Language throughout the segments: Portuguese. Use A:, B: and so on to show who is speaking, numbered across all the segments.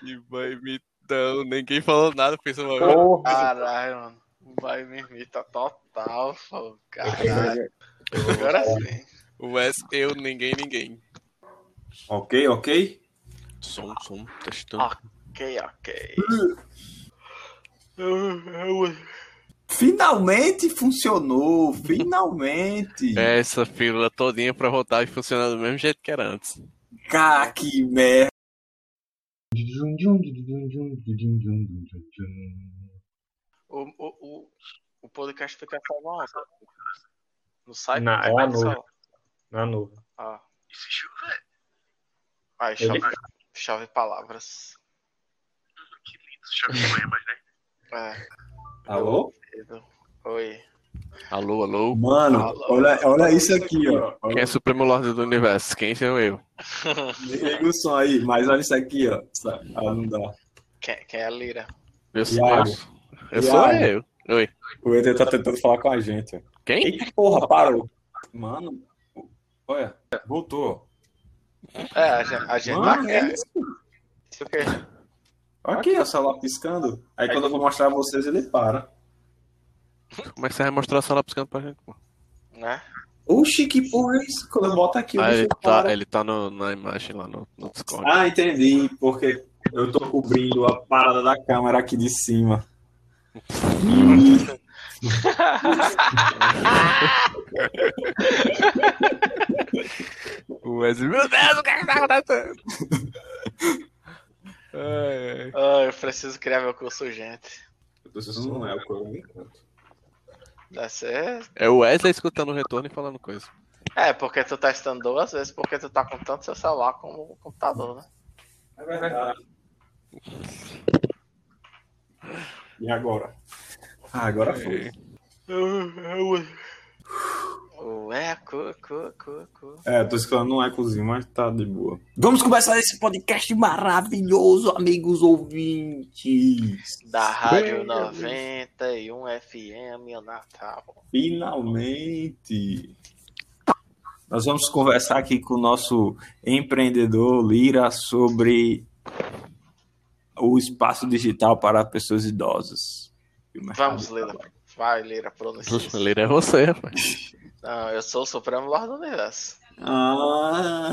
A: que baimitão, ninguém falou nada, pensou uma vez.
B: Porra.
C: Caralho, mano. Vai me imita total, pô. Caralho.
B: Caralho.
C: Agora sim.
A: Wes, eu, ninguém, ninguém.
B: Ok, ok.
A: Som, som, tá testando.
C: Ok, ok. Eu-
B: Finalmente funcionou, finalmente.
A: É Essa fila todinha pra voltar e funcionar do mesmo jeito que era antes.
B: Cara, que merda.
C: O, o, o, o podcast fica só na hora. No site?
D: Na-
C: vai
D: lá
C: pra
D: no-
C: sala.
D: Na nuvem.
C: Ah. E se chover? Aí,
D: Ele-
C: chave, chave palavras.
E: Que lindo, chave poemas, né?
C: É,
B: Alô?
C: Pedro. Oi.
A: Alô, alô.
B: Mano, olha, olha isso aqui, ó.
A: Quem é o Supremo Lorde do Universo? Quem sou eu?
B: Liga o som aí, mas olha isso aqui, ó. Ah, não dá.
C: Quem, quem é a Lira?
A: Eu sou
B: Iago.
A: eu. Eu sou eu.
B: Iago.
A: Oi.
B: O ET tá tentando falar com a gente. ó.
A: Quem?
B: Eita porra, parou. Mano, olha,
F: Voltou.
C: É, a gente. A gente
B: mano,
C: é,
B: é isso.
C: isso que a gente-
B: Olha aqui, ó, o celular piscando. Aí quando eu vou mostrar a vocês, ele para.
A: Como é que você vai mostrar a sala piscando pra gente? pô?
C: né?
B: Oxi, que porra é isso? Quando eu boto aqui, o
A: Ah, ele
B: bicho
A: tá,
B: para.
A: ele tá no- na imagem lá no, no Discord.
B: Ah, entendi, porque eu tô cobrindo a parada da câmera aqui de cima.
A: O Wesley, meu Deus, o que é que tá acontecendo? É, Ai, ai.
C: Ah, eu preciso criar meu curso urgente.
B: Isso não é o Chrome.
C: Dá certo?
A: É o Wesley escutando o retorno e falando coisa.
C: É, porque tu tá estando duas vezes, porque tu tá com tanto seu celular como o computador, né?
B: É verdade. E agora? Ah, agora foi.
C: Ué, cu, cu, cu, cu.
B: É, tô escutando não é cozinho, mas tá de boa. Vamos começar esse podcast maravilhoso, amigos ouvintes.
C: Da Rádio 91 FM Natal.
B: Finalmente! Nós vamos conversar aqui com o nosso empreendedor Lira sobre o espaço digital para pessoas idosas. E o mercado.
C: Vamos, Lira. Vai, Lira, pronuncia. isso.
A: Ele é você, rapaz.
C: Não, eu sou o Supremo Lord do Universo.
B: Ah,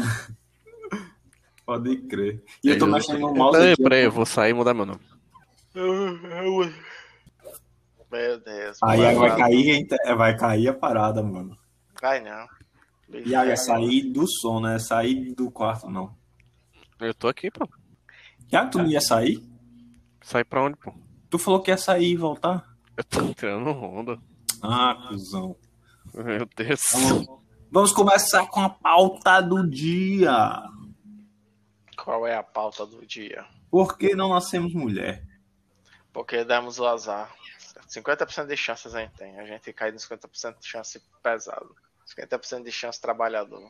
B: pode crer. E eu tô
A: Eu-
B: mexendo no mouse
A: Peraí,
B: aqui.
A: peraí, eu vou sair e mudar meu nome.
C: Meu Deus.
B: Aí
C: mano.
B: vai cair, a inter- vai cair a parada, mano.
C: Vai não.
B: E aí é sair do som, né? Sair do quarto, não.
A: Eu tô aqui, pô.
B: Já tu não ia sair?
A: Sai pra onde, pô?
B: Tu falou que ia sair e voltar?
A: Eu tô tirando onda.
B: Ah, cuzão.
A: Meu Deus.
B: Tá Vamos- Vamos começar com a pauta do dia.
C: Qual é a pauta do dia?
B: Por que não nascemos mulher?
C: Porque demos o azar. 50% de chances a gente tem. A gente cai no 50% de chance pesado. 50% de chance trabalhador.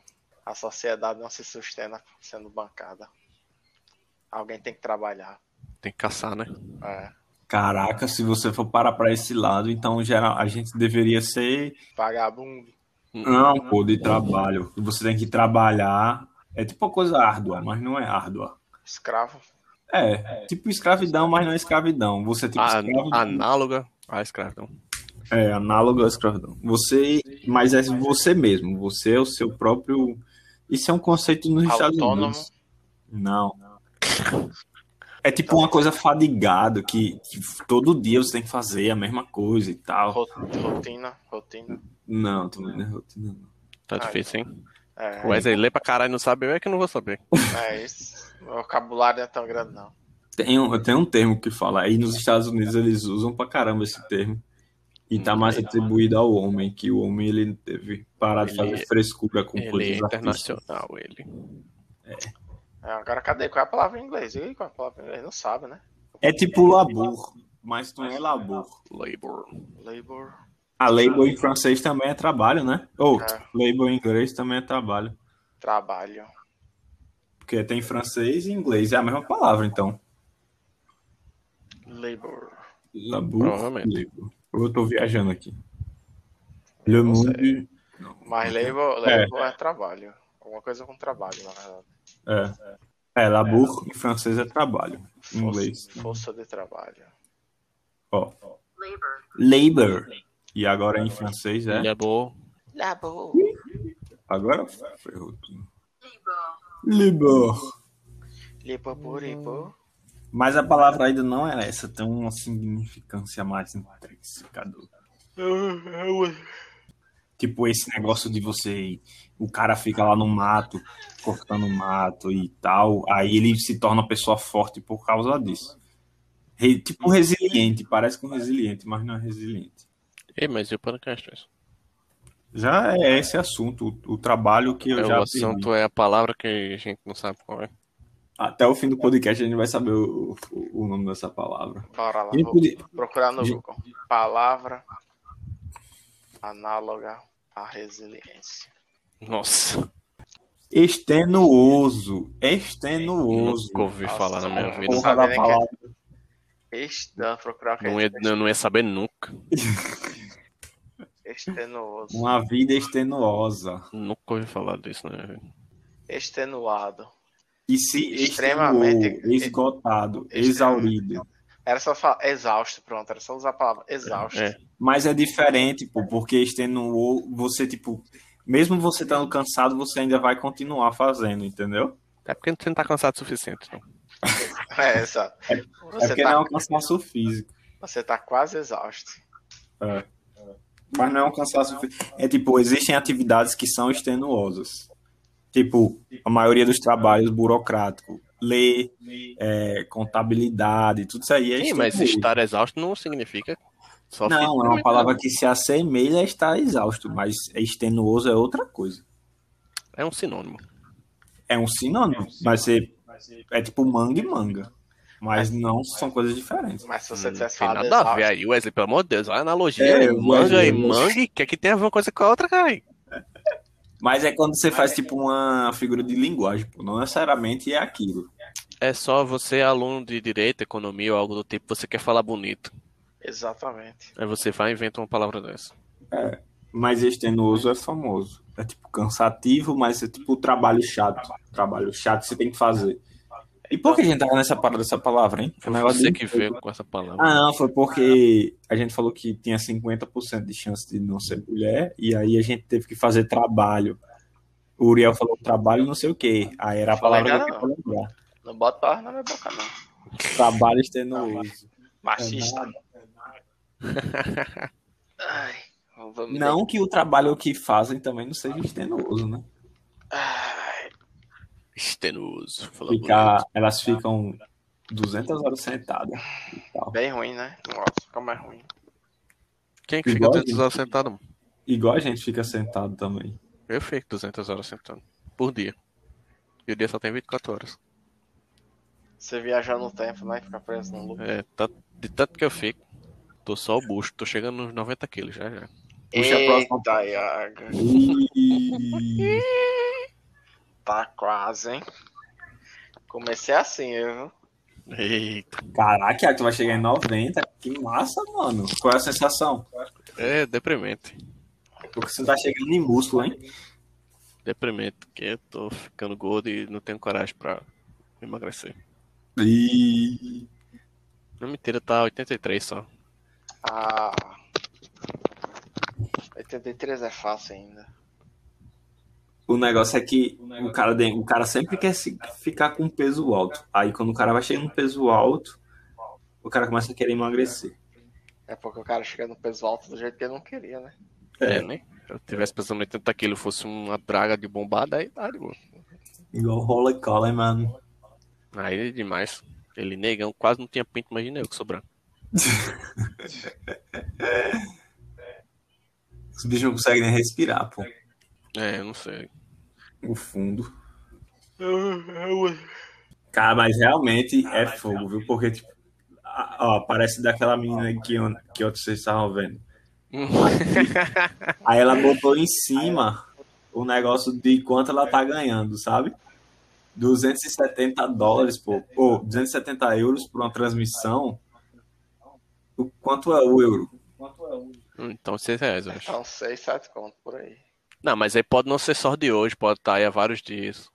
C: A sociedade não se sustenta sendo bancada. Alguém tem que trabalhar.
A: Tem que caçar, né?
C: É.
B: Caraca, se você for parar pra esse lado, então geral, a gente deveria ser.
C: Vagabundo.
B: Não, pô, de trabalho. Você tem que trabalhar. É tipo uma coisa árdua, mas não é árdua.
C: Escravo.
B: É, tipo escravidão, mas não é escravidão. Você é tipo
A: A-
B: escravo.
A: Ah, análoga Ah, à escravidão.
B: É, análogo à escravidão. Você, mas é você mesmo. Você é o seu próprio. Isso é um conceito nos Estados
C: Autônomo.
B: Unidos. Não. É tipo uma coisa fadigada que, que todo dia você tem que fazer a mesma coisa e tal.
C: Ro- Rotina. Rotina.
B: Não, tu não é rotina. não.
A: Tá
C: Ah,
A: difícil, hein?
C: É,
A: O Wesley lê pra caralho e não sabe, eu é que não vou saber.
C: é isso. Meu vocabulário não é tão grande, não.
B: Tem um, tem um termo que fala. Aí nos Estados Unidos eles usam pra caramba esse termo. E tá mais atribuído ao homem, que o homem ele teve parar de fazer
A: Ele-
B: frescura com
A: Ele é
B: coisas
A: internacional, ele.
C: É, agora cadê? Qual é a palavra em inglês? Ih, qual é a palavra em inglês? Não sabe, né?
B: É tipo labor, mas não é labor.
A: Labor.
C: Labor.
B: A label em francês também é trabalho, né? Ou
C: É.
B: label em inglês também é trabalho.
C: Trabalho.
B: Porque tem francês e inglês, é a mesma palavra, então.
C: Labor.
B: Labour.
A: Provavelmente.
B: label. Tá Eu tô viajando aqui. Le
C: Não
B: monde.
C: Mas labor,
B: É.
C: labor é. trabalho. Alguma coisa com trabalho, na verdade.
B: É. É, labor em francês é trabalho. Em inglês.
C: Força, força de trabalho.
B: Ó.
D: labor,
B: Labor. E agora em francês é.
A: é bom.
C: Labo.
B: Agora ferrou tudo.
D: labor,
B: Labor.
C: Lipo puripo.
B: Mas a palavra ainda não é essa, tem uma significância mais intrinsecadora. Tipo esse negócio de você. O cara fica lá no mato, cortando mato e tal. Aí ele se torna uma pessoa forte por causa disso. Re- tipo resiliente, parece com resiliente, mas não é resiliente.
A: Ei, mas e o podcast?
B: Já é esse assunto, o, o trabalho que eu
A: É,
B: já
A: o
B: aprendi.
A: assunto é a palavra que a gente não sabe qual é.
B: Até o fim do podcast a gente vai saber o, o- o nome dessa palavra.
A: Tá
C: Bora lá,
B: A gente
C: vou
B: podia-
C: procurar no
B: Gente-
C: Google. Palavra análoga à resiliência.
A: Nossa,
B: Extenuoso. Extenuoso.
A: nunca ouvi
C: Nossa,
A: falar na minha
C: cara.
A: vida.
B: Porra da
C: sabia nem que é.
B: palavra.
C: Esta, procurar o que
A: Não ia, eu não ia saber nunca.
C: é extenuoso.
B: Uma vida extenuosa.
A: Nunca ouvi falar disso, né?
C: Extenuado.
B: E se
C: Extremamente-
B: extenuou, esgotado, exaurido.
C: Era só falar exausto, pronto. Era só usar a palavra exausto.
A: É.
B: Mas é diferente, pô, porque extenuou, você, tipo, mesmo você estando cansado, você ainda vai continuar fazendo, entendeu?
A: É porque você não tá cansado o suficiente. Não.
C: É, exato.
B: é
C: Você,
B: porque
C: tá,
B: não é um cansaço físico.
C: você tá quase exausto.
B: Mas não é um cansaço físico. É tipo, existem atividades que são extenuosas. Tipo, a maioria dos trabalhos burocráticos. Ler, é, contabilidade, tudo isso aí é
A: Sim, mas
B: extenuoso.
A: estar exausto não significa só
B: Não, é uma
A: fisicamente,
B: palavra que se assemelha a estar exausto, mas extenuoso é outra coisa.
A: É um sinônimo.
B: É um sinônimo, mas é, é tipo manga e manga. Mas não são coisas diferentes.
C: Mas se você
A: Não
C: tivesse
A: Hum, tem
C: falado
A: nada a ver
C: exausto,
A: aí, Wesley, pelo amor de Deus. Olha a analogia.
B: É, eu
A: manga e
B: imagino.
A: mangue, que aqui tem a ver uma coisa com a outra, cara.
B: Mas é quando você faz tipo uma figura de linguagem, pô. Não necessariamente é aquilo.
A: É só você, aluno de direito, economia ou algo do tipo, você quer falar bonito.
C: exatamente.
A: Aí você vai e inventa uma palavra dessa.
B: É Mas extenuoso é famoso. É tipo cansativo, mas é tipo trabalho chato. Trabalho chato que você tem que fazer. E por que a gente tava nessa parada dessa palavra, hein?
A: Foi
B: um negócio
A: você
B: de-
A: que veio com essa palavra.
B: Ah, não, foi
C: Então,
B: porque a gente falou que tinha 50% de chance de não ser mulher, e aí a gente teve que fazer trabalho. O Uriel falou trabalho não sei o quê. Aí era a
C: Falei
B: palavra que eu queria
C: nada,
B: lembrar.
C: Não bota palavra na minha boca, não.
B: Trabalho É extenuoso.
C: Machista. Ai, vamos
B: Não que o trabalho que fazem também não seja extenuoso, né?
C: Ai,
A: Extenuoso. Falar
B: Ficar,
A: bonito.
B: elas ficam 200 horas sentadas e tal.
C: bem ruim, né? Nossa, como é ruim.
A: Quem é que fica
B: Igual,
A: 200 horas sentado? mano?
B: Igual a gente fica sentado também.
A: Eu fico 200 horas sentado. Por dia. E o dia só tem 24 horas.
C: Você viajar no tempo, né? Ficar preso num loop.
A: É, tá- de tanto que eu fico, tô só o busto. Tô chegando nos 90 quilos já, já.
B: Puxa a próxima.
C: Eita, Iago.
B: E-
C: Tá quase, hein? Comecei assim, viu?
A: Eita.
B: Caraca, Iago, tu vai chegar em 90. Que massa, mano. Qual é a sensação?
A: É deprimente.
B: Porque você tá chegando em músculo, hein?
A: Deprimente, porque eu tô ficando gordo e não tenho coragem pra emagrecer.
B: E...
A: Não mentira, tá 83 só.
C: Ah. 83 é fácil ainda.
B: O negócio é que o cara, de- o cara sempre quer se- ficar com um peso alto. Aí quando o cara vai chegar no peso alto, o cara começa a querer emagrecer.
C: É porque o cara chega no peso alto do jeito que ele não queria, né?
A: É, né? Se eu tivesse pesando 80 quilos fosse uma draga de bombada, aí tá de boa.
B: Igual o Roller Collar, mano.
A: Aí é demais. Ele negão, quase não tinha pinto, imagina eu que sou branco.
B: Os bichos não conseguem nem respirar, pô.
A: É, eu não sei.
B: O fundo. Cara, mas realmente é fogo, viu? Porque, tipo, a- ó, parece daquela menina que, on- que ontem vocês estavam vendo.
A: Hum.
B: Aí ela botou em cima o negócio de quanto ela tá ganhando, sabe? 270 dólares, pô, ou 270 euros por uma transmissão. O quanto é o euro?
A: Então, 6 reais, eu acho.
C: São 6, 7 conto por aí.
A: Não, mas aí pode não ser só de hoje, pode estar aí há vários dias.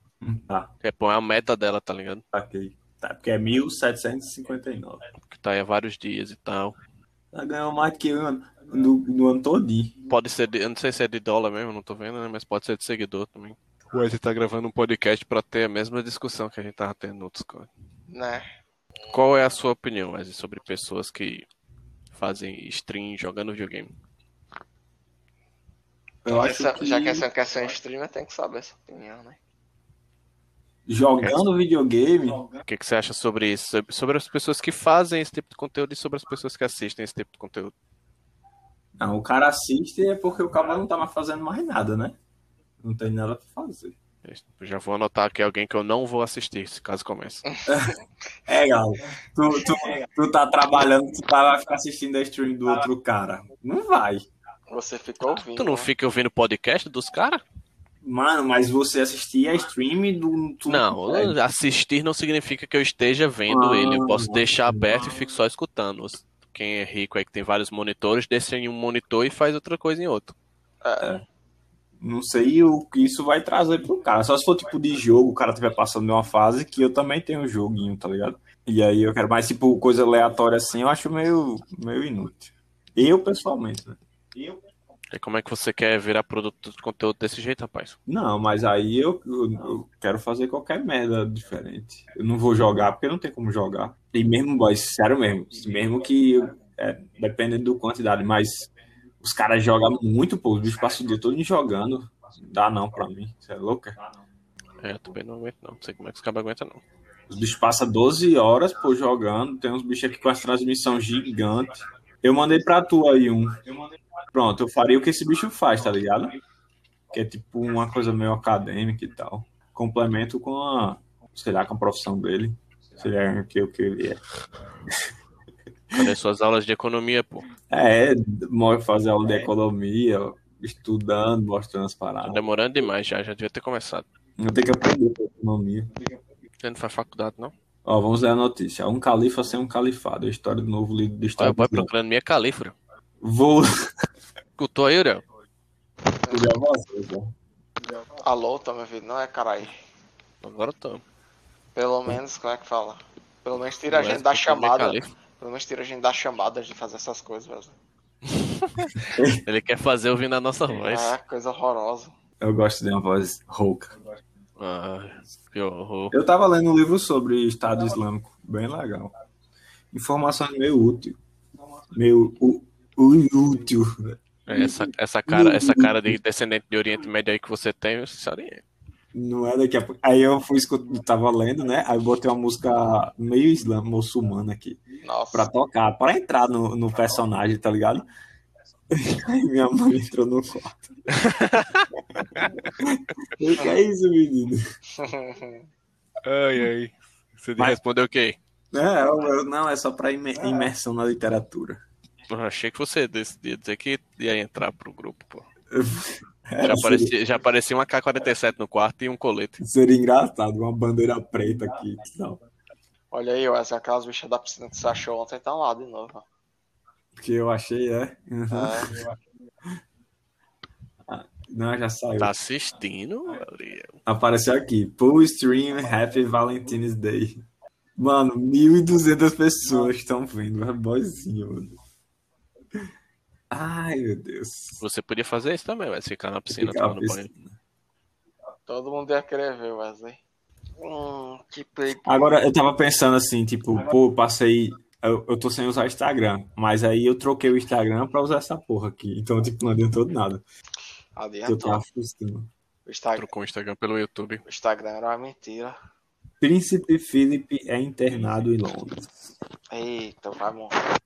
B: Tá,
A: É, pô, é a meta dela, tá ligado?
B: saquei. Tá, porque é 1759.
A: Que tá aí há vários dias e tal.
B: Ela ganhou mais do que eu no, no ano todinho.
A: Pode ser de, eu não sei se é de dólar mesmo, não tô vendo, né? Mas pode ser de seguidor também. O Ed tá gravando um podcast pra ter a mesma discussão que a gente tava tendo no Discord.
C: Né?
A: Qual é a sua opinião, Wesley, sobre pessoas que fazem stream jogando videogame?
B: Eu acho
C: Essa-
B: que
C: Já que essa questão é streamer, tem que saber essa opinião, né?
B: jogando videogame,
A: O que, que você acha sobre isso? Sobre- Sobre as pessoas que fazem esse tipo de conteúdo e sobre as pessoas que assistem esse tipo de conteúdo.
B: não, o cara assiste é porque o cara não tá mais fazendo mais nada, né? Não tem nada pra fazer.
A: Eu já vou anotar aqui alguém que eu não vou assistir, se caso comece.
B: É, galera. Tu, tu, tu tá trabalhando, tu tá, vai ficar assistindo a stream do outro cara. Não vai.
C: Você
B: Ah,
C: ficou ouvindo.
A: Tu não
C: né?
A: fica ouvindo podcast dos caras?
B: Mano, mas você assistir a stream do. tu
A: Não,
B: consegue.
A: assistir não significa que eu esteja vendo
B: Ah,
A: ele. Eu posso deixar aberto e fico só escutando. Os- Quem é rico é que tem vários monitores, desce em um monitor e faz outra coisa em outro.
B: Não sei o que isso vai trazer pro cara. Só se for tipo de jogo, o cara tiver passando de uma fase que eu também tenho um joguinho, tá ligado? E aí eu quero mais, tipo, coisa aleatória assim, eu acho meio, meio inútil. Eu, pessoalmente, né? Eu?
A: E como é que você quer virar produto de conteúdo desse jeito, rapaz?
B: Não, mas aí eu, eu, eu quero fazer qualquer merda diferente. Eu não vou jogar porque não tem como jogar. E mesmo, boy, sério mesmo. Mesmo que eu- é, dependendo da quantidade, mas os caras jogam muito, pô. Os bichos passam o dia todo jogando. Dá não pra mim. Você é louca?
A: É, eu também não aguento, não. Não sei como é que os caras aguentam, não.
B: Os bichos passam 12 horas, pô, jogando. Tem uns bichos aqui com as transmissão gigante. Eu mandei pra tu aí um. Pronto, eu faria o que esse bicho faz, tá ligado? Que é tipo uma coisa meio acadêmica e tal. Complemento com a, sei lá, com a profissão dele. Sei lá o que, o que ele é.
A: Cadê suas aulas de economia, pô?
B: É, morre fazer aula de economia, estudando, mostrando as
A: Tá
B: paradas.
A: demorando demais já, já devia ter começado.
B: Eu tenho que aprender com a economia.
A: Você não faz faculdade, não?
B: Ó, vamos ler a notícia. Um califa sem um califado. A história do novo líder do
A: Olha,
B: Estado.
A: o pai procurando minha califra.
B: Vou
A: Escutou aí, Uriel?
B: Ele é vazio, pô.
C: Alô, tá me ouvindo? Não é, caralho.
A: Agora tô.
C: Pelo menos, como é que fala? Pelo menos tira a
A: Wesley
C: gente da
A: procurando minha
C: chamada.
A: califra.
C: Pelo menos tira a gente da chamada de fazer essas coisas, velho.
A: Ele quer fazer ouvindo a nossa voz.
C: É, coisa horrorosa.
B: Eu gosto de uma voz rouca.
A: Ah, que horror.
B: Eu tava lendo um livro sobre Estado Islâmico, bem legal. Informações meio útil. Meio u- u- útil.
A: É, Essa, essa, cara, essa cara de descendente de Oriente Médio aí que você tem, você sabe?
B: Não é daqui a pouco. Aí eu fui escutando, tava lendo, né? Aí eu botei uma música meio islã, muçulmana aqui, pra
C: Nossa.
B: tocar, pra entrar no, no personagem, tá ligado? Aí minha mãe entrou no quarto. O que é isso, menino?
A: Ai, ai. Você
B: Mas-
A: respondeu o quê?
B: É, eu- eu- não, é só pra imer- imersão na literatura.
A: Eu achei que você decidiu dizer que ia entrar pro grupo, pô.
B: É,
A: Já
B: seria,
A: aparecia, já aparecia uma K-47 no quarto e um colete.
B: seria engraçado, uma bandeira preta aqui. Não,
C: Olha aí, Wesley, aquelas bichas da piscina que você achou ontem estão lá de novo. ó.
B: porque eu achei, é. Uhum.
C: É,
B: Não, já saiu.
A: Tá assistindo, Uriel?
B: Apareceu aqui. Pool Stream Happy Valentine's Day. Mano, 1.200 pessoas estão vendo. É boizinho, mano. Ai, meu Deus.
A: Você podia fazer isso também, vai ficar na piscina
B: Fica a
A: tomando banho.
B: piscina.
C: É, todo mundo ia querer ver, Wesley. Hum, que perigo.
B: Agora, eu tava pensando assim, tipo, pô, eu passei. Eu, eu tô sem usar o Instagram, mas aí eu troquei o Instagram pra usar essa porra aqui. Então, tipo, não adiantou de nada.
A: É
B: Eu
C: Adiantou.
B: tava frustrando.
C: O Instagram,
A: Trocou o Instagram pelo YouTube.
C: o Instagram era uma mentira.
B: Príncipe Felipe é internado em Londres.
C: Eita, vai morrer.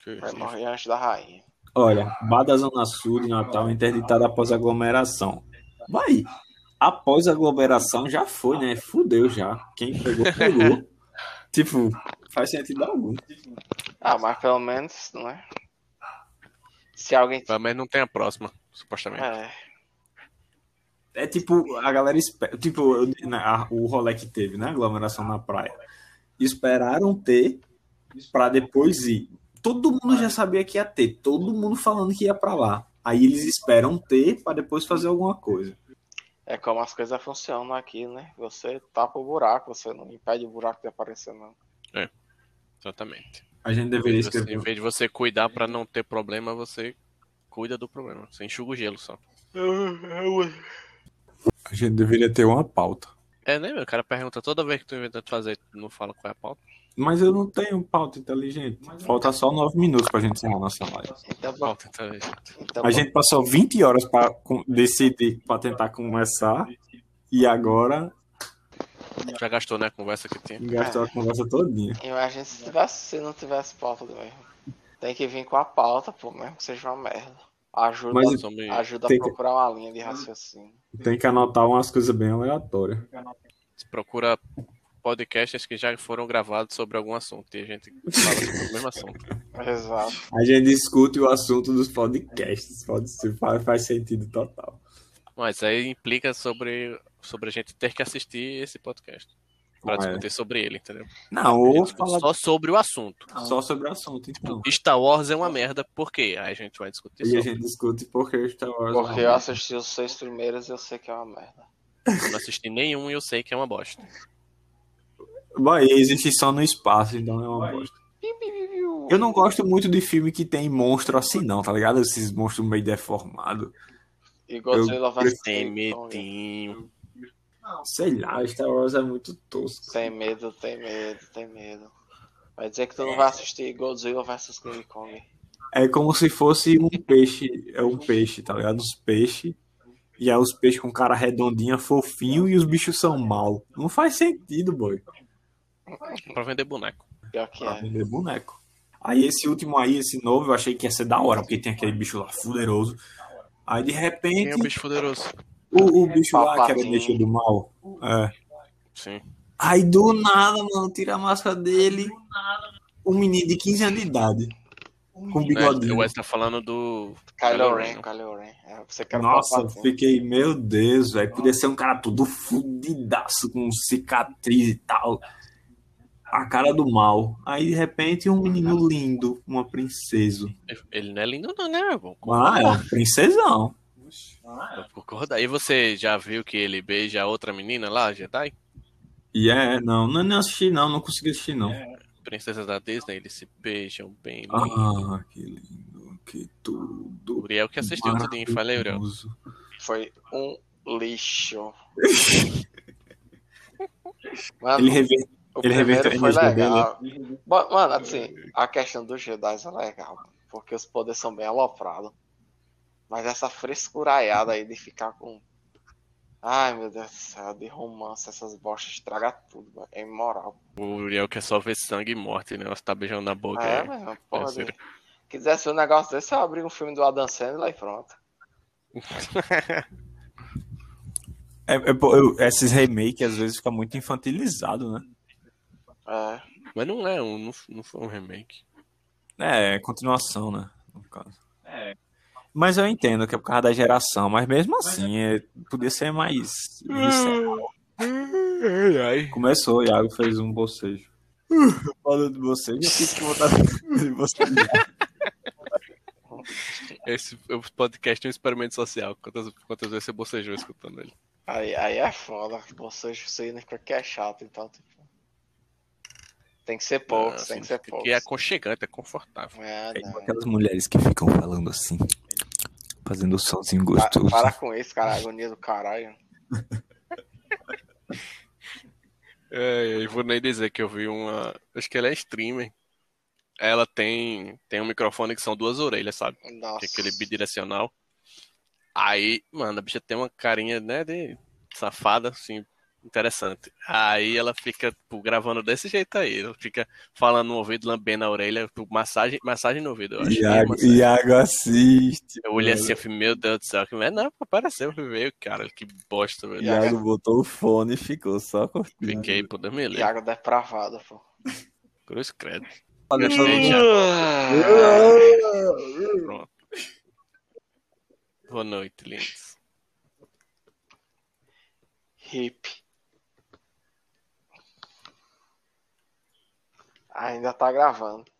A: Que-
C: Vai morrer antes da rainha.
B: Olha, bar da Zona Sul de Natal é interditado após aglomeração. Vai! Após aglomeração já foi, né? Fudeu já. Quem pegou, pegou. tipo, faz sentido algum.
C: Ah, mas pelo menos, né? Se alguém.
A: Pelo menos não tem a próxima, supostamente.
C: É.
B: É tipo, a galera espera. Tipo, eu- na- a- o rolê que teve, né? Aglomeração na praia. Esperaram ter pra depois ir. Todo mundo já sabia que ia ter. Todo mundo falando que ia pra lá. Aí eles esperam ter para depois fazer alguma coisa.
C: É como as coisas funcionam aqui, né? Você tapa o buraco, você não impede o buraco de aparecer, não.
A: Exatamente.
B: A gente
A: Em
B: deveria
A: vez de você-
B: escrever.
A: em vez de você cuidar pra não ter problema, você cuida do problema. Você enxuga o gelo só.
B: um- A gente deveria ter uma pauta.
A: É, né, meu? O cara pergunta toda vez que tu inventa de fazer, tu não fala qual é a pauta.
B: Mas eu não tenho pauta inteligente. Falta só nove minutos pra gente encerrar nossa live.
C: Então, bom,
A: Pauta, tá?
C: então,
B: A
C: bom.
B: gente passou 20 horas pra com- decidir, pra tentar começar. E agora
A: Já gastou, né, a conversa que tinha.
B: gastou a conversa todinha.
C: Imagina se, tivesse, se não tivesse pauta mesmo. Tem que vir com a pauta, pô, mesmo que seja uma merda. Ajuda,
B: Mas
A: Sobre-
C: ajuda
B: tem
C: a
B: que-
C: procurar uma linha de raciocínio.
B: Tem que anotar umas coisas bem aleatórias.
A: Você procura podcasts que já foram gravados sobre algum assunto. E a gente fala sobre o mesmo assunto.
C: Exato.
B: A gente discute o assunto dos podcasts. Pode ser, faz, faz sentido total.
A: Mas aí implica sobre, sobre a gente ter que assistir esse podcast. Pra
B: Ah, é.
A: discutir sobre ele, entendeu?
B: Não,
A: A
B: ou
A: gente
B: falar
A: Só sobre o assunto.
B: só sobre o assunto, então.
A: Star Wars é uma merda, por quê? Aí a gente vai discutir
B: E a
A: sobre.
B: gente discute porque Star Wars.
C: Porque eu assisti os seis primeiros e eu sei que é uma merda.
A: Eu Não assisti nenhum e eu sei que é uma bosta.
B: Bom, e existe só no espaço, então é uma bosta. Eu não gosto muito de filme que tem monstro assim, não, tá ligado? Esses monstros meio deformados.
C: E Godzilla vs.
A: Tem
C: Kong.
A: medinho.
B: Sei lá, Star Wars é muito tosco.
C: Tem medo, tem medo, tem medo. Vai dizer que tu não vai assistir Godzilla vs. King Kong.
B: É como se fosse um peixe. É um peixe, tá ligado? Os peixes. E aí os peixes com cara redondinha, fofinho, e os bichos são mal. Não faz sentido, boy.
A: Pra vender boneco.
C: Pior que
B: Pra
C: é.
B: vender boneco. Aí esse último aí, esse novo, eu achei que ia ser da hora, porque tem aquele bicho lá fuderoso. Aí de
A: Quem é o
B: repente,
A: bicho poderoso?
B: o, o bicho lá que era
C: Papatinho.
B: bicho do mal. É.
A: Sim.
B: Aí do nada, mano, tira a máscara dele. Um menino de 15 anos de idade.
C: Um
B: Com
A: Né? O
B: bigodinho.
A: Wes tá falando do.
C: Kylo Ren, Kylo Ren. É, você quer
B: Nossa,
C: Palpatine.
B: fiquei, meu Deus, velho. Podia ser um cara todo fudidaço, com cicatriz e tal. A cara do mal. Aí, de repente, um menino lindo, uma princesa.
A: Ele não é lindo, não, né, meu irmão?
B: Ah, é um princesão.
A: Concorda? E você já viu que ele beija a outra menina lá, Jedi?
B: E é, não, não, não assisti não, não consegui assistir não.
C: É.
A: Princesa da Disney, eles se beijam bem. lindo.
B: Ah, que lindo, que
A: O
B: tudo.
A: Uriel que assistiu
C: um
A: tudo em Falei, Uriel.
B: maravilhoso.
C: Foi um lixo. Mano,
B: Ele rever...
C: o
B: ele
C: primeiro
B: reverteu a
C: foi
B: energia dele, né?
C: legal. Bo- Mano, assim, a questão dos Jedi é legal, porque os poderes são bem aloprados. Mas essa frescuraiada aí de ficar com. Ai meu Deus do céu, de romance, essas bostas estraga tudo, mano. é imoral.
A: O Uriel quer só ver sangue e morte, né? Você tá beijando na boca.
C: É,
A: aí.
C: mesmo, porra. de-
A: sério.
C: Quisesse um negócio desse, eu abri um filme do Adam Sandler e pronto.
B: É, é, pô, eu- esses remakes às vezes fica muito infantilizado, né?
C: É.
A: Mas não é um, não, não foi um remake.
B: É, é continuação, né? No caso. Mas eu entendo que é por causa da geração, É. mas mesmo assim, é, Hum. podia ser mais. visceral.
A: é Ai, ai.
B: Começou, o Iago fez um bocejo. Falando de bocejo, eu fiz que vontade de bocejo.
A: Esse é o podcast é um experimento social. Quantas, quantas vezes você bocejou escutando ele?
C: Aí, aí é foda, você significa que é chato, então, tipo. Tem que ser pouco,
A: Ah,
C: tem
A: assim,
C: que ser
A: que-
C: pouco.
A: Que é aconchegante, é confortável.
C: É, não.
B: Aquelas mulheres que ficam falando assim, fazendo o somzinho
C: Pa-
B: gostoso.
C: Para com isso, cara, agonia do caralho.
A: É, eu vou nem dizer que eu vi uma. Acho que ela é streamer. Ela tem, tem um microfone que são duas orelhas, sabe?
C: Nossa.
A: Que é aquele bidirecional. Aí, mano, a bicha tem uma carinha, né, de safada, assim, interessante. Aí ela fica, tipo, gravando desse jeito aí. Ela fica falando no ouvido, lambendo a orelha, tipo, massagem, massagem no ouvido, eu acho.
B: Iago,
A: Massagem.
B: Iago assiste.
A: Eu olhei assim, eu falei, meu Deus do céu, que merda. Não, apareceu, veio, cara, que bosta, velho.
C: Iago.
B: Iago botou o fone e ficou só curtindo.
A: Fiquei, pô, Deus me livre.
C: Iago depravado, pô.
A: Cruz credo.
B: Falei,
A: Gostei, Iago.
C: Ah,
A: Pronto. Boa noite, lindos.
C: Hip. Ainda tá gravando.